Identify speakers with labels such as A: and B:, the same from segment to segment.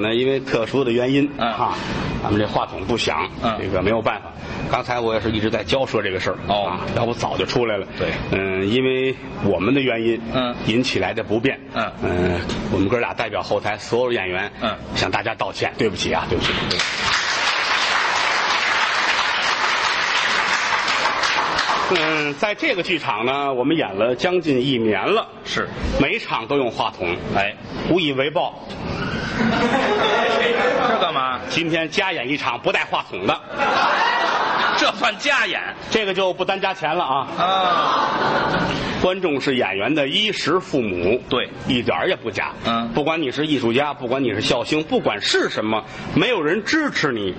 A: 呢，因为特殊的原因
B: 嗯
A: 啊，咱们这话筒不响
B: 嗯，
A: 这个没有办法。刚才我也是一直在交涉这个事儿
B: 哦
A: 啊，要不早就出来了。
B: 对
A: 嗯，因为我们的原因，
B: 嗯
A: 引起来的不便，
B: 嗯
A: 我们哥俩代表后台所有演员，
B: 嗯
A: 向大家道歉，对不起啊，对不起。对不起嗯，在这个剧场呢，我们演了将近一年了，
B: 是，
A: 每场都用话筒，
B: 哎，
A: 无以为报。
B: 这干嘛？
A: 今天加演一场不带话筒的，
B: 这算加演
A: 这个就不单加钱了啊！
B: 啊？
A: 观众是演员的衣食父母，
B: 对，
A: 一点儿也不假。
B: 嗯
A: 不管你是艺术家，不管你是笑星，不管是什么，没有人支持你，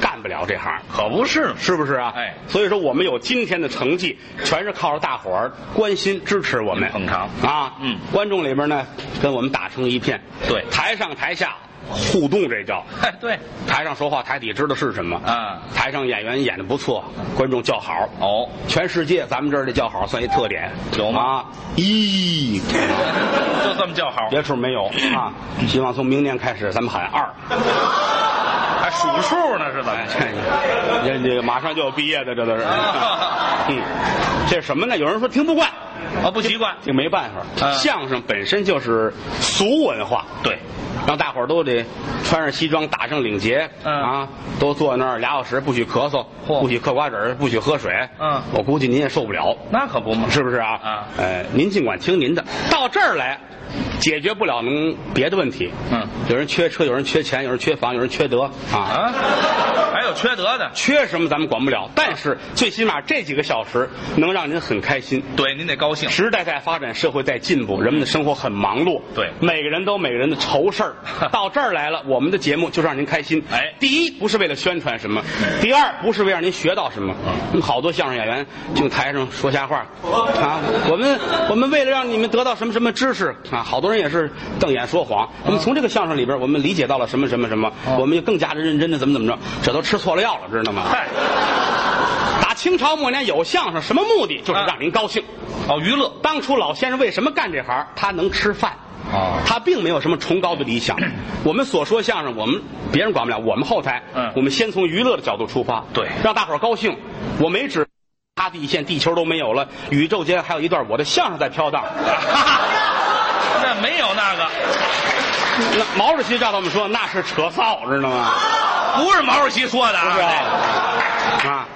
A: 干不了这行。
B: 可不是嘛，
A: 是不是啊？
B: 哎
A: 所以说我们有今天的成绩，全是靠着大伙儿关心支持我们
B: 捧场
A: 啊。
B: 嗯
A: 观众里边呢，跟我们打成一片，
B: 对
A: 台上台下互动，这叫
B: 哎，对，
A: 台上说话，台底知道是什么
B: 啊
A: 台上演员演的不错，观众叫好。
B: 哦，
A: 全世界咱们这儿的叫好算一特点，
B: 有吗
A: 啊？一，
B: 就这么叫好，
A: 别处没有啊。希望从明年开始咱们喊二，
B: 还数数呢是怎么
A: 哎
B: 着？，
A: 这这马上就要毕业的，这都是。
B: 啊
A: 嗯，这什么呢？有人说听不惯，
B: 啊，不习惯，
A: 这没办法。
B: 嗯
A: 相声本身就是俗文化，
B: 对，
A: 让大伙儿都得穿上西装，打上领结，
B: 嗯
A: 啊，都坐那儿俩小时，不许咳嗽，
B: 嚯
A: 不许嗑瓜子儿，不许喝水。
B: 嗯
A: 我估计您也受不了，
B: 那可不嘛，
A: 是不是啊？
B: 啊
A: 呃，您尽管听您的，到这儿来，解决不了能别的问题。
B: 嗯
A: 有人缺车，有人缺钱，有人缺房，有人缺德啊。
B: 啊，还有缺德的，
A: 缺什么咱们管不了，但是最起码这几个小时能让您很开心。
B: 对，您得高兴，
A: 时代在发展，社会在进步，人们的生活很忙碌。
B: 对
A: 每个人都有每个人的愁事 儿。到这儿来了，我们的节目就让您开心。
B: 哎
A: 第一不是为了宣传什么，第二不是为了让您学到什么。嗯好多相声演员就台上说瞎话啊，我们我们为了让你们得到什么什么知识啊，好多人也是瞪眼说谎。
B: 嗯
A: 我们从这个相声里边，我们理解到了什么什么什么，我们就更加的认真的怎么怎么着，这都吃错了药了，知道吗？
B: 嗨，
A: 打清朝末年有相声，什么目的？就是
B: 啊
A: 让您高兴。
B: 哦，娱乐，
A: 当初老先生为什么干这行？他能吃饭。
B: 哦
A: 他并没有什么崇高的理 想。我们所说相声，我们别人管不了，我们后台，
B: 嗯
A: 我们先从娱乐的角度出发，
B: 对
A: 让大伙儿高兴。我没指他地线，地球都没有了，宇宙间还有一段我的相声在飘 荡。
B: 那没有那个，
A: 那毛主席照他们说，那是扯臊，知道吗？
B: 不是毛主席说的
A: 是
B: 啊，
A: 吧？啊，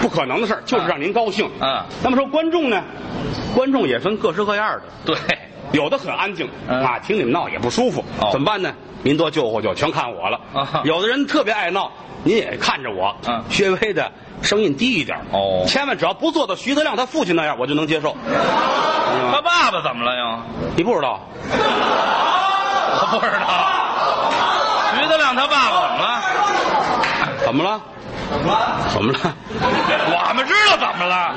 A: 不可能的事儿，就是让您高兴。
B: 嗯
A: 那么说观众呢？观众也分各式各样的。
B: 对，
A: 有的很安静、
B: 嗯
A: 啊，听你们闹也不舒服，
B: 哦
A: 怎么办呢？您多救护救，全看我了。
B: 啊哈
A: 有的人特别爱闹，您也看着我，
B: 嗯
A: 略微的声音低一点。
B: 哦
A: 千万只要不做到徐德亮他父亲那样，我就能接受。嗯
B: 他爸爸怎么了又？
A: 你不知道，
B: 我不知道，徐德亮他爸爸怎么了？
A: 怎么了？怎么了？
B: 我们知道怎么了，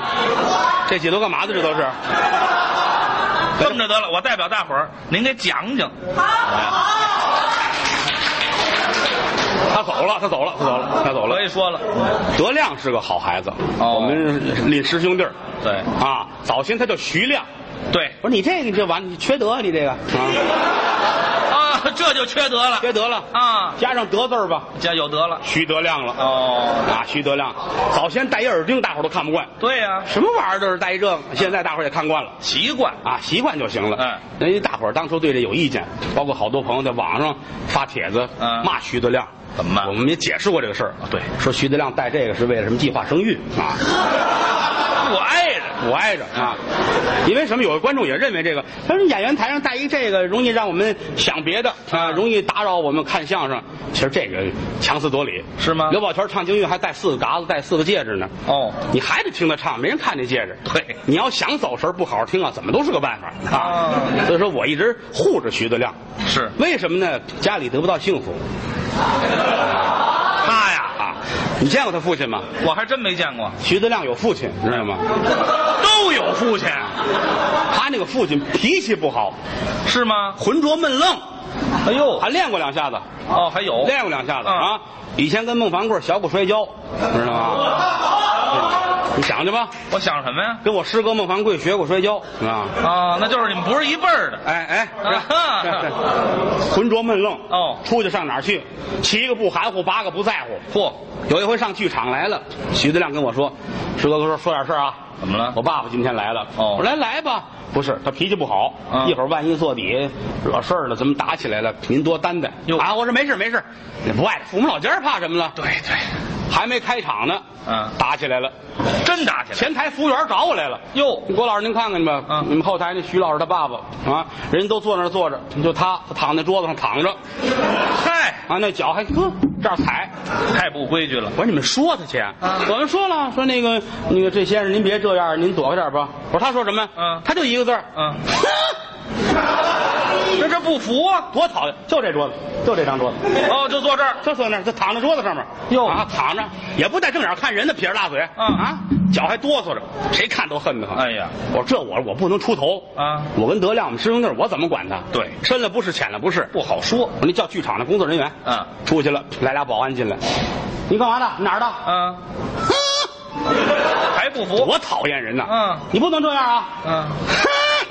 A: 这几都干嘛的？这都 是
B: 这么着得了，我代表大伙儿，您给讲讲。
A: 他走了，他走了，他走了，他走了
B: 我。也说了，
A: 德亮是个好孩子，
B: 哦
A: 我们邻师兄弟儿
B: 对
A: 啊，早先他叫徐亮。
B: 对
A: 我说你这个这玩意儿你缺德啊！你这个啊，
B: 啊，这就缺德了
A: 缺德了
B: 啊，
A: 加上德字儿吧，
B: 这有德了
A: 徐德亮了
B: 哦，
A: 啊，徐德亮早先戴一耳钉，大伙儿都看不惯，
B: 对呀、
A: 什么玩意儿都是戴一这个，现在大伙儿也看惯了。
B: 习惯
A: 啊，习惯就行了。
B: 嗯，
A: 人家大伙儿当初对这有意见，包括好多朋友在网上发帖子、
B: 嗯
A: 骂徐德亮，
B: 怎么骂啊
A: 我们也解释过这个事儿。
B: 对
A: 说徐德亮戴这个是为了什么计划生育 啊，
B: 我爱人
A: 我挨着啊。因为什么？有的观众也认为这个，他说演员台上戴一这个容易让我们想别的
B: 嗯
A: 啊，容易打扰我们看相声。其实这个强词夺理
B: 是吗
A: 刘宝全唱京剧还戴四个嘎子，戴四个戒指呢。
B: 哦，
A: 你还得听他唱，没人看这戒指。
B: 对
A: 你要想走神儿不好好听啊，怎么都是个办法啊。
B: 哦
A: 所以说我一直护着徐德亮，
B: 是
A: 为什么呢？家里得不到幸福
B: 他呀，
A: 啊。你见过他父亲吗？
B: 我还真没见过，
A: 徐德亮有父亲，知道吗？
B: 都有父亲
A: 他那个父亲脾气不好，
B: 是吗？
A: 浑浊闷愣，
B: 哎呦，
A: 还练过两下子，
B: 哦，还有
A: 练过两下子啊
B: 嗯哦
A: 啊。以前跟孟凡贵儿学过摔跤，知道吗？你想去吧，
B: 我想什么呀？
A: 跟我师哥孟凡贵学过摔跤啊。
B: 啊，那就是你们不是一辈儿的。
A: 哎哎，是
B: 啊哈
A: 是是浑浊闷愣
B: 啊哦
A: 出去上哪儿去？七个不含糊，八个不在乎。
B: 嚯，
A: 有一回上剧场来了，徐德亮跟我说：“石哥哥说说点事儿啊。”
B: 怎么了
A: 我爸爸今天来了。
B: 哦
A: 我说来来吧。不是，他脾气不好，
B: 嗯
A: 一会儿万一坐底惹事儿了，咱们打起来了，您多担待。
B: 哟
A: 啊，我说没事没事，你不爱我们老家儿怕什么了？
B: 对对，
A: 还没开场呢，
B: 嗯
A: 打起来了。
B: 真打起来。
A: 前台服务员找我来了，
B: 哟
A: 郭老师您看看吧，
B: 嗯
A: 你们后台那徐老师他爸爸啊，人都坐那儿坐着，就他躺在桌子上躺着，
B: 嗨，
A: 啊，那脚还呵这儿踩，
B: 太不规矩了
A: 我。说你们说他去，啊
B: 啊
A: 我们说了，说那个那个这先生您别这样，您躲开点吧。我说他说什么？
B: 嗯
A: 他就一个字儿，
B: 嗯，这这不服啊？
A: 多讨厌，就这桌子，就这张桌子。
B: 哦，就坐这儿。
A: 就坐那儿，就躺在桌子上面，
B: 哟
A: 啊，躺着也不带正眼看人的，撇着大嘴，
B: 嗯
A: 啊，脚还哆嗦着，谁看都恨得很。
B: 哎呀，
A: 我说这我我不能出头
B: 啊
A: 我跟德亮我们师兄弟儿，我怎么管他？
B: 对
A: 深了不是，浅了不是，
B: 不好说
A: 我那叫剧场的工作人员，
B: 嗯
A: 出去了，来俩保安进来，你干嘛的？哪儿的？
B: 啊， 还不服？
A: 多讨厌人呐！
B: 嗯
A: 你不能这样啊！
B: 嗯，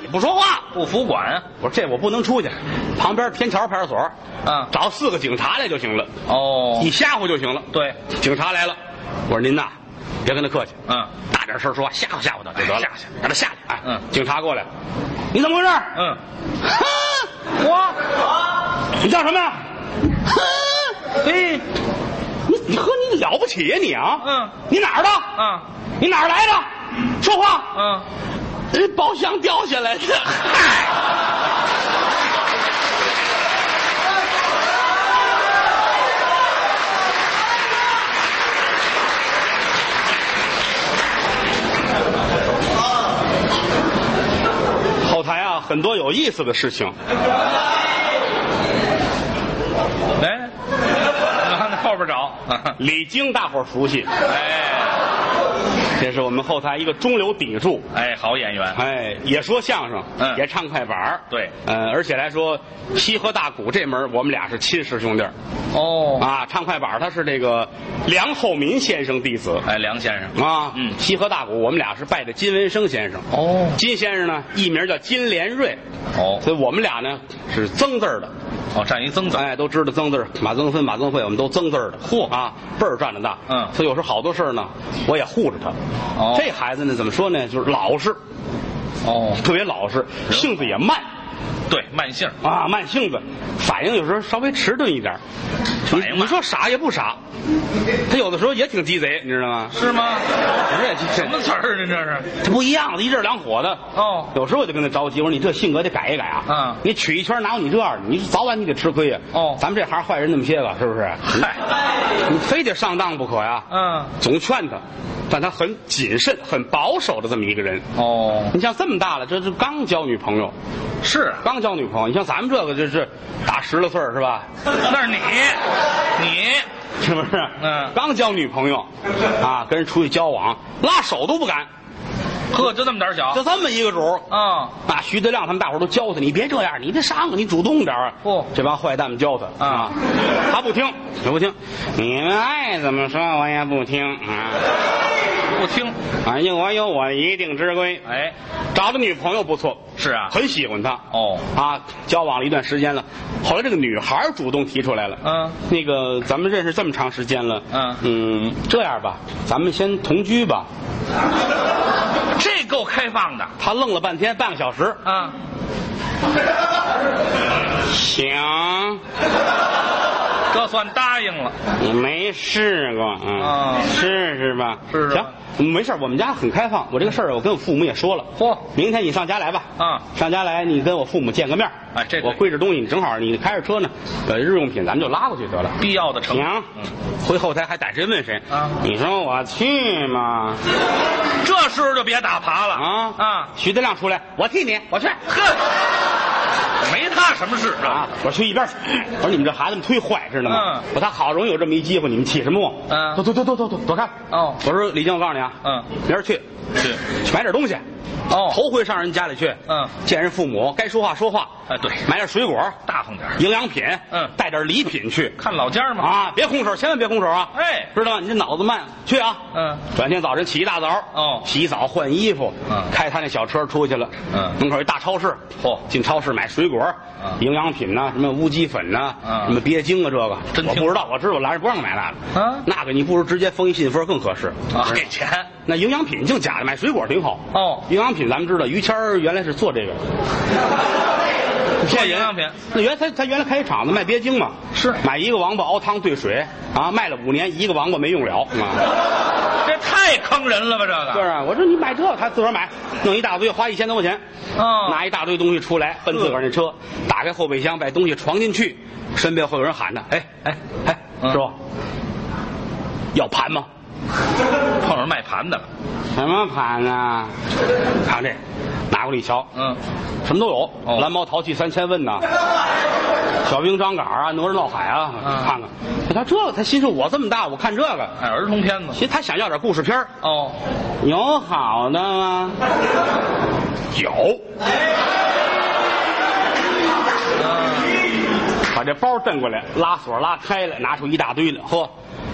A: 你不说话，
B: 不服管。
A: 我说这我不能出去，旁边天桥派出所，
B: 嗯
A: 找四个警察来就行了，
B: 哦
A: 你，吓唬就行了。
B: 对，
A: 警察来了，我说您呐，别跟他客气，
B: 嗯，
A: 大点声说，吓唬吓唬他就得了，
B: 哎吓唬
A: 让他吓去。哎，
B: 嗯
A: 警察过来，你怎么回事？
B: 嗯，
A: 哼我，你叫什么呀？哼
B: 嘿，
A: 你你呵，你了不起呀你啊！
B: 嗯，
A: 你哪儿的？
B: 嗯，
A: 你哪儿来的？说话。
B: 嗯，
A: 人包厢掉下来的。嗨， 后台啊，很多有意思的事情。
B: 来， 往那后边找。
A: 李菁大伙儿熟悉，
B: 哎，
A: 这是我们后台一个中流砥柱。
B: 哎，好演员。
A: 哎，也说相声，
B: 嗯
A: 也唱快板儿
B: 对
A: 呃，而且来说，西河大鼓这门儿我们俩是亲师兄弟儿
B: 哦，
A: 啊。唱快板儿他是这个梁厚民先生弟子
B: 哎，梁先生。
A: 啊，
B: 嗯
A: 西河大鼓我们俩是拜的金文生先生，
B: 哦，
A: 金先生呢艺名叫金连瑞，
B: 哦，
A: 所以我们俩呢是曾字儿的，
B: 哦，占一曾子。
A: 哎，都知道曾字儿，马曾芬、马曾慧，我们都曾字儿的，
B: 嚯
A: 啊，辈儿占着大，
B: 嗯
A: 所以有时候好多事儿呢，我也护着他。
B: 哦
A: 这孩子呢怎么说呢，就是老实。
B: 哦，
A: 特别老实，性子也慢
B: 对，慢性。
A: 啊，慢性子，反应有时候稍微迟钝一点儿。
B: 反应
A: 你
B: 慢
A: 你说傻也不傻，他有的时候也挺鸡贼，你知道吗？
B: 是吗？
A: 不是也
B: 什么词儿呢？啊这是？
A: 他不一样的，一阵儿两火的。
B: 哦
A: 有时候我就跟他着急，我说你这性格得改一改啊！
B: 嗯
A: 你曲一圈哪有你这样的？你早晚你得吃亏呀！
B: 哦
A: 咱们这行坏人那么些个，是不是？
B: 嗨，
A: 你非得上当不可呀！
B: 嗯，
A: 总劝他，但他很谨慎、很保守的这么一个人。
B: 哦，
A: 你像这么大了，这是刚交女朋友，
B: 是啊，
A: 刚交女朋友，你像咱们这个就是打十来岁儿是吧？
B: 那是你，你，
A: 是不是？
B: 嗯
A: 刚交女朋友，啊，跟人出去交往，拉手都不敢，
B: 呵，就这么点儿小
A: 就。这么一个主儿。
B: 啊，
A: 啊，徐德亮他们大伙儿都教他，你别这样，你别上，你主动点儿。
B: 不
A: 这帮坏蛋们教他
B: 哦啊，
A: 他不听，他不听，你们爱怎么说我也不听啊，哎
B: 不听。
A: 反正我有我一定之规。
B: 哎，
A: 找的女朋友不错，
B: 是啊。
A: 很喜欢他。
B: 哦，
A: 啊，交往了一段时间了，后来这个女孩儿主动提出来了，
B: 嗯，
A: 那个咱们认识这么长时间了，
B: 嗯
A: 嗯，这样吧，咱们先同居吧。
B: 这够开放的
A: 他愣了半天，半个小时，
B: 啊！
A: 行，
B: 这算答应了。
A: 你没试过，嗯，
B: 啊
A: 试试吧，
B: 试试
A: 行
B: 吧，
A: 没事儿，我们家很开放，我这个事儿我跟我父母也说了，
B: 嚯，
A: 明天你上家来吧，
B: 啊
A: 上家来你跟我父母见个面儿，
B: 哎这可以
A: 我归置东西，你正好你开着车呢，呃，日用品咱们就拉过去得了。
B: 必要的程度。
A: 行，回后台还逮谁问谁
B: 嗯啊
A: 你说我去嘛？
B: 这时候就别打耙了
A: 啊
B: 啊！
A: 徐德亮出来，我替你，我去
B: 呵，没他什么事
A: 啊
B: 啊？！
A: 我去一边去。我说你们这孩子们忒坏，知道吗？
B: 嗯
A: 我他好容易有这么一机会，你们起什么哄？
B: 嗯
A: 走走走走走走，躲开。
B: 哦
A: 我说李静，我告诉你啊，
B: 嗯
A: 明儿去
B: 是
A: 去买点东西。
B: 哦
A: 头回上人家里去，
B: 嗯
A: 见人父母该说话说话，
B: 哎对
A: 买点水果，
B: 大方点儿
A: 营养品，
B: 嗯
A: 带点礼品去
B: 看老家嘛。
A: 啊，别空手，千万别空手啊！
B: 哎
A: 知道吗？你这脑子慢，去啊！
B: 嗯，
A: 转天早晨起一大早，
B: 哦
A: 洗澡换衣服，
B: 嗯
A: 开他那小车出去了，
B: 嗯
A: 门口一大超市，
B: 嚯
A: 进超市买水果，
B: 嗯
A: 营养品呐、什么乌鸡粉呐、
B: 嗯
A: 什么鳖精啊，这个
B: 真
A: 我
B: 听
A: 不知道，我知道，我拦着不让买那个，
B: 啊
A: 那个你不如直接封一信封更合适
B: 啊
A: 是吧
B: 给钱
A: 那营养品净假的，买水果挺好
B: 哦
A: 营养品咱们知道，于谦儿原来是做这个，
B: 做营养品
A: 那原来他他原来开一厂子卖鳖精嘛，
B: 是
A: 买一个王八熬汤兑水啊，卖了五年，一个王八没用了 啊。
B: 这太坑人了吧？这个
A: 就是啊，我说你买这个，他自个儿买，弄一大堆，花一千多块钱，
B: 哦嗯
A: 拿一大堆东西出来，奔自个儿那车，打开后备箱，把东西床进去，身边会有人喊他，哎哎哎，
B: 嗯
A: 师傅，要盘吗？
B: 碰上卖盘的了。
A: 什么盘啊？看这，拿过来一瞧，
B: 嗯，
A: 什么都有，
B: 哦
A: 蓝猫淘气三千问呐、小兵张嘎啊，哪吒闹海啊，
B: 嗯
A: 看看，他这个他心说，我这么大，我看这个，
B: 哎，儿童片子。
A: 其实他想要点故事片儿
B: 哦，
A: 有好的吗？有，
B: 啊
A: 把这包蹬过来，拉锁拉开了，拿出一大堆来，呵，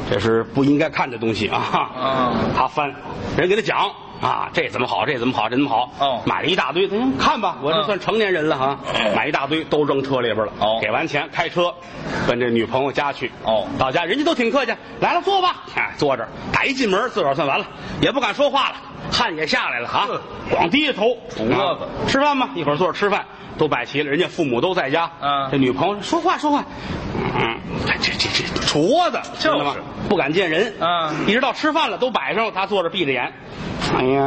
A: 这是不应该看的东西啊。
B: 嗯
A: 他翻，人给他讲啊，这怎么好，这怎么好，这怎么好。
B: 哦
A: 买了一大堆，他说看吧，我这
B: 嗯
A: 算成年人了哈、买一大堆都扔车里边了。
B: 哦
A: 给完钱开车奔这女朋友家去。
B: 哦
A: 到家人家都挺客气，来了坐吧，哎，坐这儿。打一进门，自个儿算完了，也不敢说话了，汗也下来了啊
B: 嗯，
A: 光低着头，
B: 杵窝子
A: 啊吃饭吧，一会儿坐着吃饭，都摆齐了，人家父母都在家。
B: 嗯
A: 这女朋友说话说话，嗯，这这这杵窝子，知
B: 就是
A: 道吗不敢见人。
B: 嗯
A: 一直到吃饭了都摆上了，他坐着闭着眼，哎呀，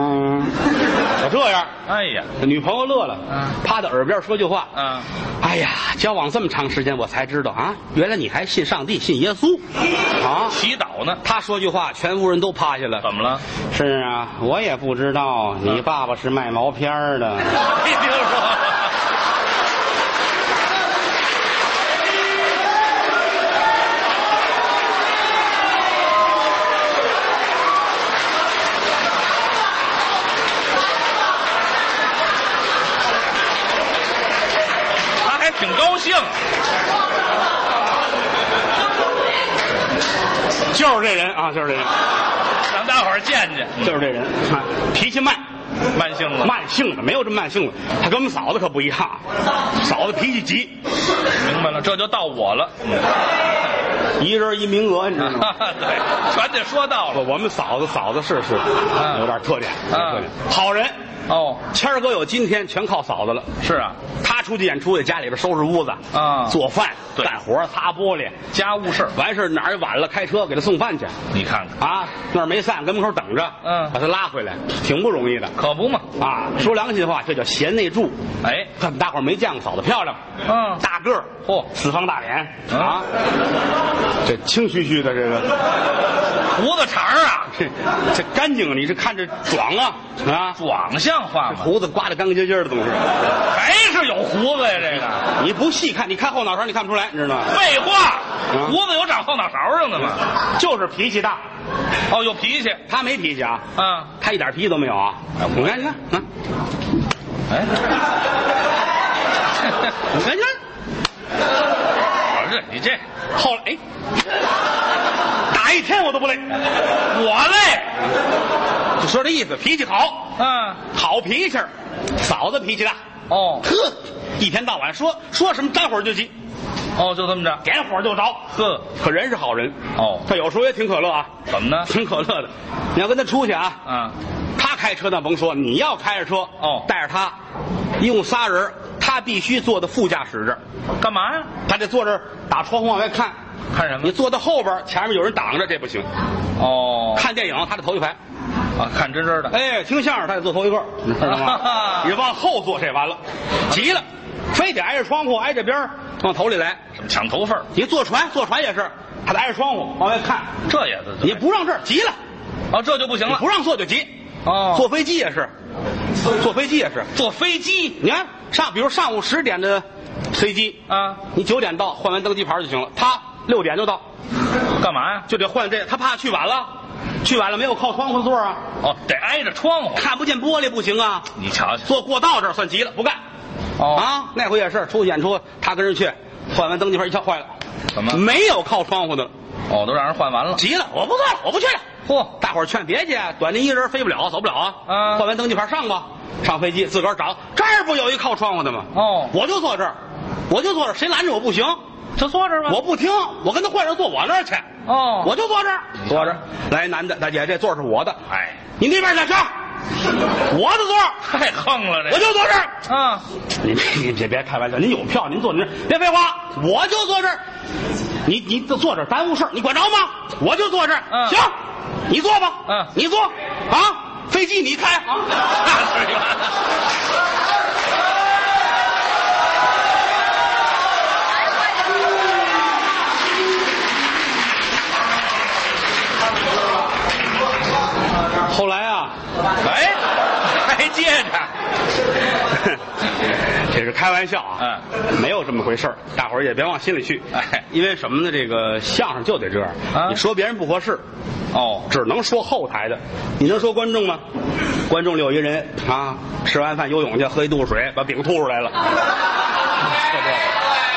A: 我这样。
B: 哎呀，
A: 这女朋友乐了，
B: 嗯
A: 趴到耳边说句话，
B: 嗯，
A: 哎呀，交往这么长时间，我才知道啊，原来你还信上帝，信耶稣，啊。
B: 祈祷呢？
A: 他说句话，全屋人都趴下了。
B: 怎么了？
A: 是啊，我也不知道，你爸爸是卖毛片儿的。
B: 没听说。他还挺高兴，
A: 就是这人啊，就是这人，
B: 让大伙儿见见，
A: 就是这人，啊脾气慢，
B: 慢性子，
A: 慢性子没有这么慢性子。他跟我们嫂子可不一样，嫂子脾气急，
B: 明白了，这就到我了。
A: 一人一名额，你知道
B: 啊
A: 吗？
B: 对，全得说到
A: 我
B: 了。
A: 我们嫂子嫂子是是
B: 啊
A: 有点特点，有点特点好人。
B: 哦，
A: 谦儿哥有今天全靠嫂子了。
B: 是啊，
A: 他出去演出去，家里边收拾屋子
B: 啊
A: 做饭、
B: 对
A: 干活、擦玻璃，
B: 家务事儿，
A: 完事儿哪儿晚了，开车给他送饭去。
B: 你看看，
A: 啊，那儿没散，跟门口等着，
B: 嗯
A: 把他拉回来，挺不容易的
B: 可不嘛。
A: 啊。说良心话，这叫贤内助。
B: 哎，
A: 咱们大伙儿没见过嫂子漂亮，
B: 嗯
A: 大个儿，
B: 嚯
A: 四方大脸
B: 嗯
A: 啊，这清虚虚的，这个
B: 胡子茬儿啊，
A: 这 这干净，啊你是看着爽啊啊，
B: 爽像话吗？
A: 胡子刮得干干净净的，怎么是？
B: 还是有胡子呀？这个
A: 你不细看，你看后脑勺你看不出来，你知道吗？
B: 废话
A: 嗯，
B: 胡子有长后脑勺上的吗？
A: 就是脾气大，
B: 哦，有脾气
A: 他没脾气啊，
B: 啊！
A: 他一点脾气都没有啊！你看，你看，啊，
B: 哎，
A: 你看，你看，
B: 不是你这
A: 后来，哎，打一天我都不累，
B: 哎我嘞
A: 就说这意思，脾气好，
B: 啊
A: 好脾气儿，嫂子脾气大，
B: 哦
A: 呵，一天到晚说说什么沾火就急，
B: 哦，就这么着，
A: 点火就着，
B: 呵，
A: 可人是好人
B: 哦
A: 他有时候也挺可乐啊，
B: 怎么 呢？
A: 挺可乐的。你要跟他出去啊，
B: 啊，
A: 他开车那甭说，你要开着车
B: 哦
A: 带着他，一共仨人，他必须坐到副驾驶这儿，
B: 干嘛呀？
A: 他得坐这儿打窗户往外看。
B: 看什
A: 你
B: 么？
A: 坐到后边，前面有人挡着，这不行。
B: 哦，
A: 看电影，他得头一排；
B: 啊，看真真的。
A: 哎，听相声，他得坐头一个，你知道吗？你往后坐，这完了，急了，非得挨着窗户，挨着边儿往头里来。
B: 什么抢头份儿？
A: 你坐船，坐船也是，他得挨着窗户往外看。
B: 这也是
A: 你不让这儿，急了，
B: 哦，这就不行
A: 你
B: 了
A: 不。让坐就急。
B: 哦
A: 坐飞机也是，坐飞机也是。
B: 坐飞机
A: 你看上，比如上午十点的飞机，
B: 啊？
A: 你九点到，换完登机牌就行了。他六点就到，
B: 干嘛呀？
A: 就得换这，他怕去晚了。去晚了没有靠窗户的座儿啊，
B: 哦，得挨着窗户。
A: 看不见玻璃不行啊，
B: 你瞧瞧，
A: 坐过道这儿算急了，不干。
B: 哦
A: 啊，那回也是出去演出，他跟人去，换完灯那块一瞧坏了，
B: 怎么
A: 没有靠窗户的了？
B: 哦，都让人换完了。
A: 急了，我不坐了，我不去了。
B: 嚯，
A: 大伙儿劝别去，啊，短您一人飞不了，走不了啊。
B: 嗯
A: 换完登记牌上吧，上飞机自个儿找，这儿不有一靠窗户的吗？
B: 哦啊
A: 我就坐这儿，我就坐这儿，谁拦着我不行，
B: 就坐这儿吧。
A: 我不听，我跟他换人坐我那儿去。
B: 哦，
A: 我就坐这儿，
B: 坐这儿。
A: 来，男的，大姐，这座儿是我的，
B: 哎，
A: 你那边去 上，我的座儿，
B: 太横了这。
A: 我就坐这儿。
B: 啊，
A: 您别您别别开玩笑，您有票，您坐您这儿，别废话，我就坐这儿。你你就坐这儿耽误事儿，你管着吗？我就坐这儿。
B: 嗯
A: 行，你坐吧。
B: 嗯
A: 你坐啊，飞机你开啊。 后来啊，
B: 哎，还接着。
A: 这是开玩笑啊，没有这么回事儿，大伙儿也别往心里去。
B: 嗯哎
A: 因为什么呢？这个相声就得这样，
B: 啊
A: 你说别人不合适，
B: 哦，
A: 只能说后台的，你能说观众吗？观众里有一人啊，吃完饭游泳去，喝一肚子水，把饼吐出来了，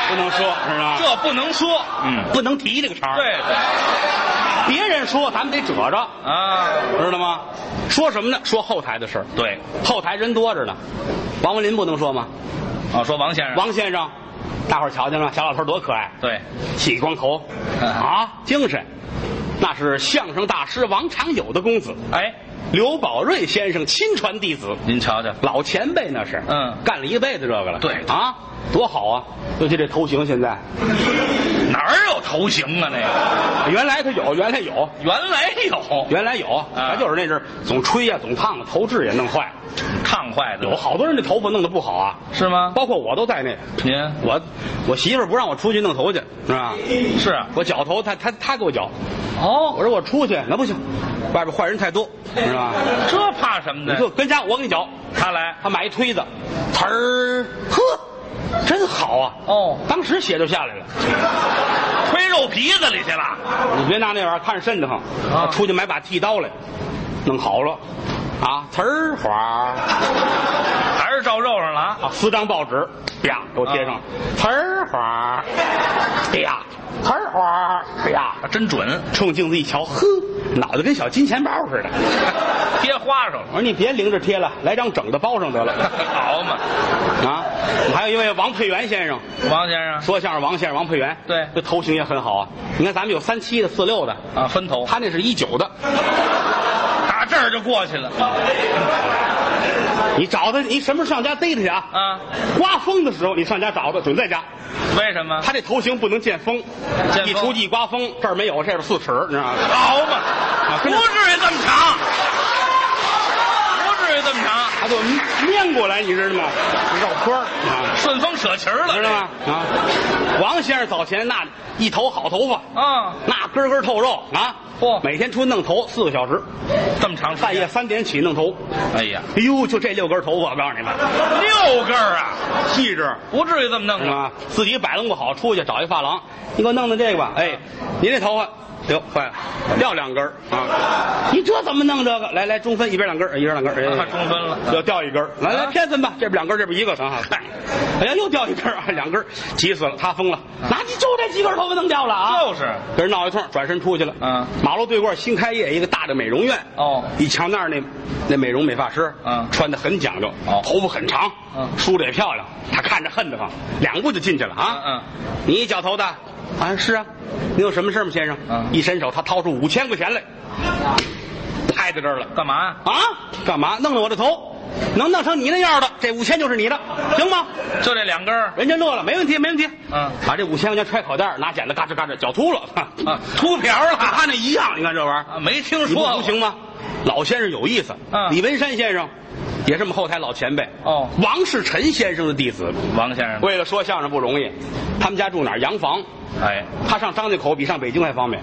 A: 不能说是吧？
B: 这不能说。嗯，
A: 不能提这个茬儿
B: 对对
A: 别人说咱们得褶着，
B: 啊，
A: 知道吗？说什么呢？说后台的事儿，
B: 对。
A: 后台人多着呢。王文林不能说吗？
B: 哦，说王先生。
A: 王先生，大伙儿瞧见了吗，小老头儿多可爱，
B: 对，
A: 剃光头，
B: 嗯
A: 啊，精神，那是相声大师王长友的公子，
B: 哎，
A: 刘宝瑞先生亲传弟子，
B: 您瞧瞧，
A: 老前辈那是，
B: 嗯
A: 干了一辈子这个了，
B: 对
A: 啊，多好啊！尤其这头型现在，
B: 哪儿有头型啊？那个
A: 原来他有，原来有，
B: 原来有，
A: 原来有，
B: 嗯
A: 咱就是那阵儿总吹呀、总烫，头质也弄坏了，
B: 烫坏的
A: 有好多人这头发弄得不好啊，
B: 是吗？
A: 包括我都在内。
B: 您
A: 我我媳妇儿不让我出去弄头去，是吧？
B: 是啊？
A: 我绞头，她她她给我绞。
B: 哦，
A: 我说我出去，那不行，外边坏人太多，是吧？
B: 这怕什么
A: 你就
B: 呢？
A: 跟家我给你绞，
B: 他来，
A: 他买一推子，呲儿，呵，真好啊！
B: 哦
A: 当时血就下来了。
B: 推肉皮子里去了。
A: 你别拿那玩意儿看着瘆得慌，
B: 啊
A: 出去买把剃刀来，弄好了，啊，呲儿花儿，
B: 还是照肉上了啊？
A: 啊，撕张报纸，啪，给我贴上了，呲儿花儿，啪，呲儿花儿，啪，
B: 啊真准，
A: 冲镜子一瞧，呵，脑袋跟小金钱包似的。
B: 贴花上了，
A: 我说你别零着贴了，来张整的包上得了。
B: 好嘛？
A: 啊，还有一位王佩元先生，
B: 王先生
A: 说相声王先生王佩元，
B: 对
A: 这头型也很好啊。你看咱们有三七的、四六的，
B: 啊，分头，
A: 他那是一九的，
B: 打这儿就过去了
A: 你找他，你什么时候上家逮他去啊？
B: 啊？
A: 刮风的时候，你上家找他，准在家。
B: 为什么？
A: 他这头型不能见风，
B: 见风
A: 一出去一刮风，这儿没有，这儿四尺，你知道吗？啊
B: 好嘛？不
A: 跟着
B: 至于这么长，不至于这么长，
A: 他就面过来，你知道吗？绕圈儿啊，
B: 顺风舍旗儿
A: 知道
B: 了
A: 吗？啊，王先生早前那一头好头发，
B: 啊？
A: 那根根透肉啊，
B: 嚯
A: 每天出去弄头四个小时，
B: 这么长时
A: 半夜
B: 间，
A: 三点起弄头。
B: 哎呀，
A: 哎呦，就这六根头发，我告诉你们，
B: 六根儿啊，
A: 细致
B: 不至于这么弄
A: 是
B: 吧？
A: 吧？自己摆弄不好，出去找一发廊，你给我弄弄这个吧。哎，您这头发，哟，坏了，掉两根儿啊！你这怎么弄这个？来来，中分一边两根儿，一边两根儿，
B: 啊
A: 哎，
B: 中分了，
A: 又掉一根儿。来来，
B: 啊
A: 偏分吧，这边两根儿，这边一个，正好。嗨，哎呀，又掉一根儿，啊两根儿，急死了，他疯了，哪你就这几根头发弄掉了啊？
B: 啊就是
A: 跟人闹一通，转身出去了。
B: 嗯，
A: 马路对过新开业一个大的美容院。
B: 哦
A: 一瞧那儿那那美容美发师，
B: 嗯
A: 穿的很讲究，
B: 哦
A: 头发很长，
B: 嗯
A: 梳的也漂亮。他看着恨得慌，两步就进去了啊。
B: 嗯嗯
A: 你一脚头的，啊是啊，您有什么事吗，先生？
B: 嗯
A: 一伸手，他掏出五千块钱来，拍在这儿了。
B: 干嘛呀？
A: 啊，干嘛弄了我的头？能弄成你那样的，这五千就是你的，行吗？
B: 就这两根儿
A: 人家乐了，没问题，没问题。
B: 嗯
A: 把这五千块钱揣口袋儿，拿剪子嘎吱嘎吱绞 秃了，
B: 啊，秃瓢
A: 玩
B: 了
A: 了，和他那一样。你看这玩意儿，
B: 啊，没听
A: 你不
B: 说
A: 服
B: 过
A: 行吗？老先生有意思，
B: 嗯
A: 李文山先生，也是我们后台老前辈
B: 哦嗯
A: 王世臣先生的弟子。
B: 王先生，
A: 为了说相声不容易，他们家住哪儿？洋房。
B: 哎，
A: 他上张家口比上北京还方便，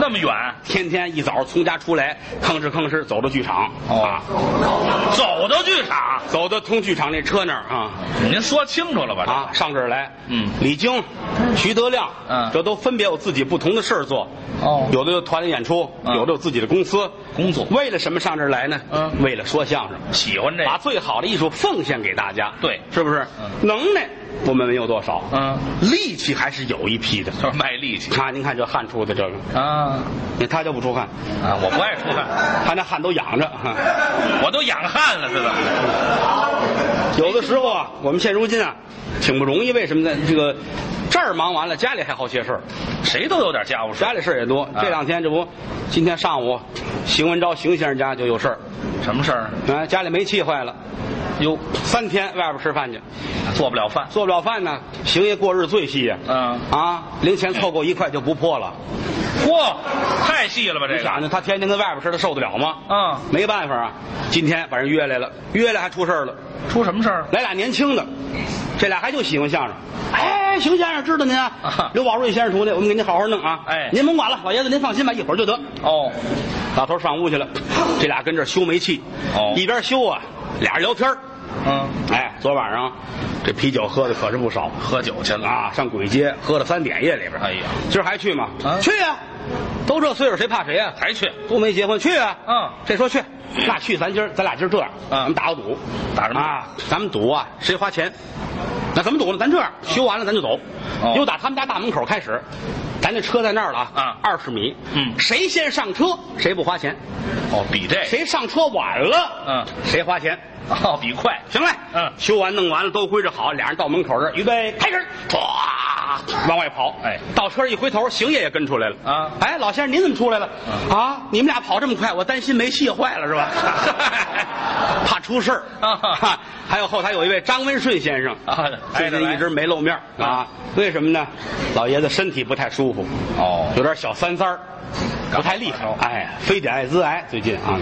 B: 那么远，
A: 天天一早从家出来，吭哧吭哧走到剧场，
B: 哦
A: 啊，
B: 走到剧场，
A: 走到通剧场那车那儿啊
B: 您说清楚了吧？
A: 啊，上这儿来，
B: 嗯
A: 李菁、徐德亮，
B: 嗯
A: 这都分别有自己不同的事儿做，
B: 哦
A: 有的有团里演出，
B: 嗯
A: 有的有自己的公司
B: 工作
A: 为了什么上这儿来呢？
B: 嗯
A: 为了说相声，
B: 喜欢这
A: 把
B: 个，
A: 最好的艺术奉献给大家，
B: 对
A: 是不是？
B: 嗯
A: 能耐我们没有多少，
B: 嗯，
A: 力气还是有一批的。
B: 就是卖力气
A: 啊，您看这汗出的这个，
B: 啊
A: 你他就不出汗，
B: 啊！我不爱出汗，
A: 他那汗都痒着。哈
B: 我都养汗了，是怎么的？
A: 有的时候啊，我们现如今啊，挺不容易。为什么呢？这个这儿忙完了，家里还好些事儿，
B: 谁都有点家务事
A: 家，里事儿也多。这
B: 嗯
A: 两天这不，今天上午，邢文昭邢先生家就有事儿，
B: 什么事儿？
A: 啊，家里煤气坏了，
B: 哟，
A: 三天外边吃饭去，
B: 做不了饭，
A: 做不了饭呢。邢爷过日最细呀、
B: 嗯，
A: 啊，零钱凑够一块就不破了。
B: 嚯，太细了吧这
A: 你
B: 个？
A: 想想，他天天跟外边吃，他受得了吗？
B: 啊，
A: 没办法啊，今天把人约来了，约来还出事儿了。
B: 出什么事儿？
A: 来俩年轻的，这俩还就喜欢相声。哎，邢先生知道您啊
B: 啊，
A: 刘宝瑞先生徒弟，我们给您好好弄啊。
B: 哎
A: 您甭管了，老爷子您放心吧，一会儿就得。
B: 哦，
A: 老头上屋去了，这俩跟这儿修煤气，
B: 哦
A: 一边修啊，俩人聊天儿
B: 嗯，
A: 哎，昨晚上这啤酒喝的可是不少
B: 喝酒去了。
A: 啊，上鬼街喝了三点夜里边。
B: 哎呀，
A: 今儿还去吗？
B: 啊
A: 去呀、都这岁数谁怕谁呀、
B: 还去
A: 都没结婚，去啊！
B: 嗯
A: 这说去，那去咱今儿咱俩今儿这样，
B: 嗯
A: 咱们打个赌，
B: 打什么
A: 啊？咱们赌啊，谁花钱？那怎么赌呢？咱这样，修完了咱就走，
B: 啊哦
A: 由打他们家大门口开始，咱这车在那儿了
B: 啊
A: 二十米，
B: 嗯
A: 谁先上车谁不花钱，
B: 哦，比这
A: 谁上车晚了，
B: 嗯
A: 谁花钱。
B: 哦比快
A: 行嘞，
B: 嗯
A: 修完弄完了都归置好，俩人到门口这儿，预备开始，唰，往外跑。
B: 哎
A: 到车上一回头，邢爷也跟出来了
B: 啊嗯
A: 哎，老先生您怎么出来了？啊，你们俩跑这么快，我担心煤气坏了是吧？ 怕出事儿
B: 啊
A: 哈还有后台有一位张文顺先生
B: 啊
A: 最
B: 挨着
A: 近
B: 来
A: 一直没露面儿啊，为什么呢？老爷子身体不太舒服，
B: 哦
A: 有点小三三儿，不太厉害
B: 感冒。
A: 哎，非典艾滋癌最近啊。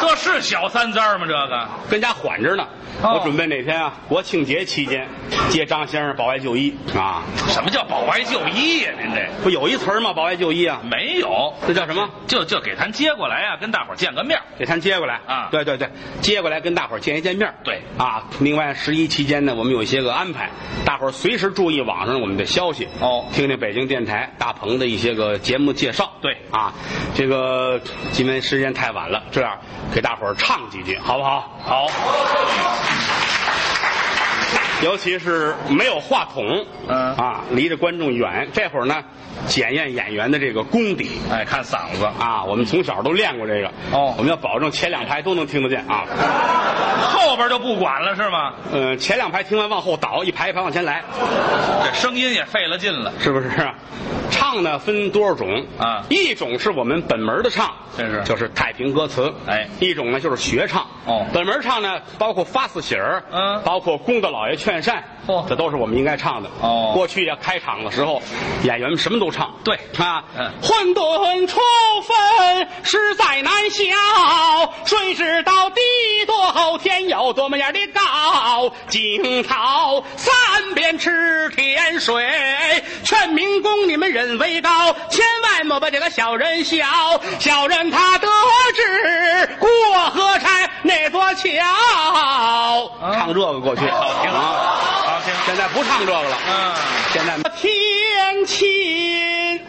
B: 这是小三尖儿吗？这个
A: 跟家缓着呢。
B: 哦
A: 我准备哪天啊，国庆节期间接张先生保外就医啊，
B: 什么叫保外就医呀、您这
A: 不有一词儿吗？保外就医啊，
B: 没有，
A: 这叫什么？
B: 就就给咱接过来啊，跟大伙儿见个面儿。
A: 给他接过来
B: 啊
A: 对对对，接过来跟大伙儿见一见面儿。
B: 对
A: 啊，另外十一期间呢，我们有一些个安排，大伙儿随时注意网上我们的消息
B: 哦
A: 听听北京电台大鹏的一些个节目介绍。
B: 对
A: 啊，这个因为时间太晚了，这样给大伙儿唱几句好不好？
B: 好，
A: 尤其是没有话筒，
B: 嗯
A: 啊，离着观众远。这会儿呢，检验演员的这个功底
B: 哎，看嗓子，
A: 啊，我们从小都练过这个。
B: 哦
A: 我们要保证前两排都能听得见啊。
B: 后边就不管了是吗？
A: 呃，前两排听完往后倒，一排一排往前来，
B: 这声音也费了劲了，
A: 是不是啊？唱呢分多少种
B: 啊
A: 一种是我们本门的唱，
B: 这是
A: 就是太平歌词，
B: 哎
A: 一种呢就是学唱，
B: 哦
A: 本门唱呢包括发四喜儿，
B: 嗯
A: 包括公道老爷劝善，
B: 嚯
A: 这都是我们应该唱的。
B: 哦
A: 过去呀开场的时候，演员们什么都唱，
B: 对
A: 啊，
B: 嗯
A: 混沌初分，实在难消。谁知道地多厚，天有多么样的高？惊涛三遍吃甜水，劝民工你们忍为高，千万莫把这个小人笑。小人他得志过河拆那座桥，唱这个过去
B: 好听
A: 啊，
B: 好听，
A: 现在不唱这个了。
B: 嗯，
A: 现在天亲，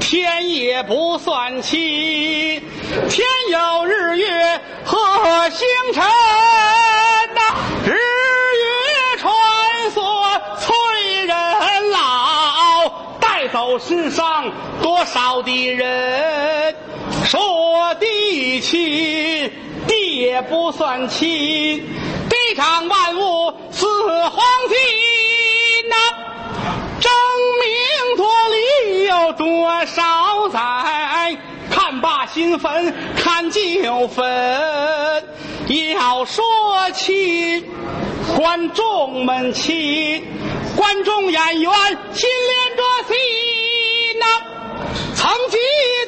A: 天也不算亲，天有日月和星辰呐、日月穿梭催人老，带走世上多少的人。说地亲，地也不算亲，地上万物似黄金呐、争名夺利有多少载？看罢新坟，看旧坟。要说起观众们起，观众演员心连着心呐、曾记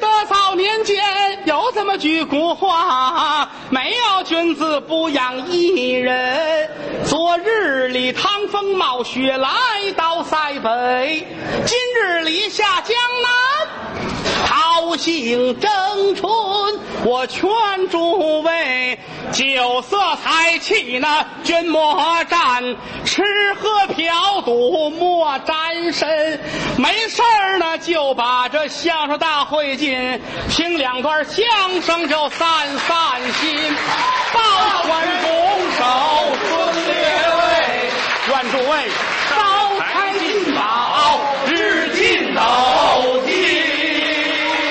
A: 得早年间有这么句古话，没有君子不养艺人。昨日里趟风冒雪来到塞北，今日里下江南，桃杏争春。我劝诸位，酒色财气那君莫沾，吃喝嫖赌莫沾身。没事儿呢，就把这相声大会进，听两段相声就散散心，报还不。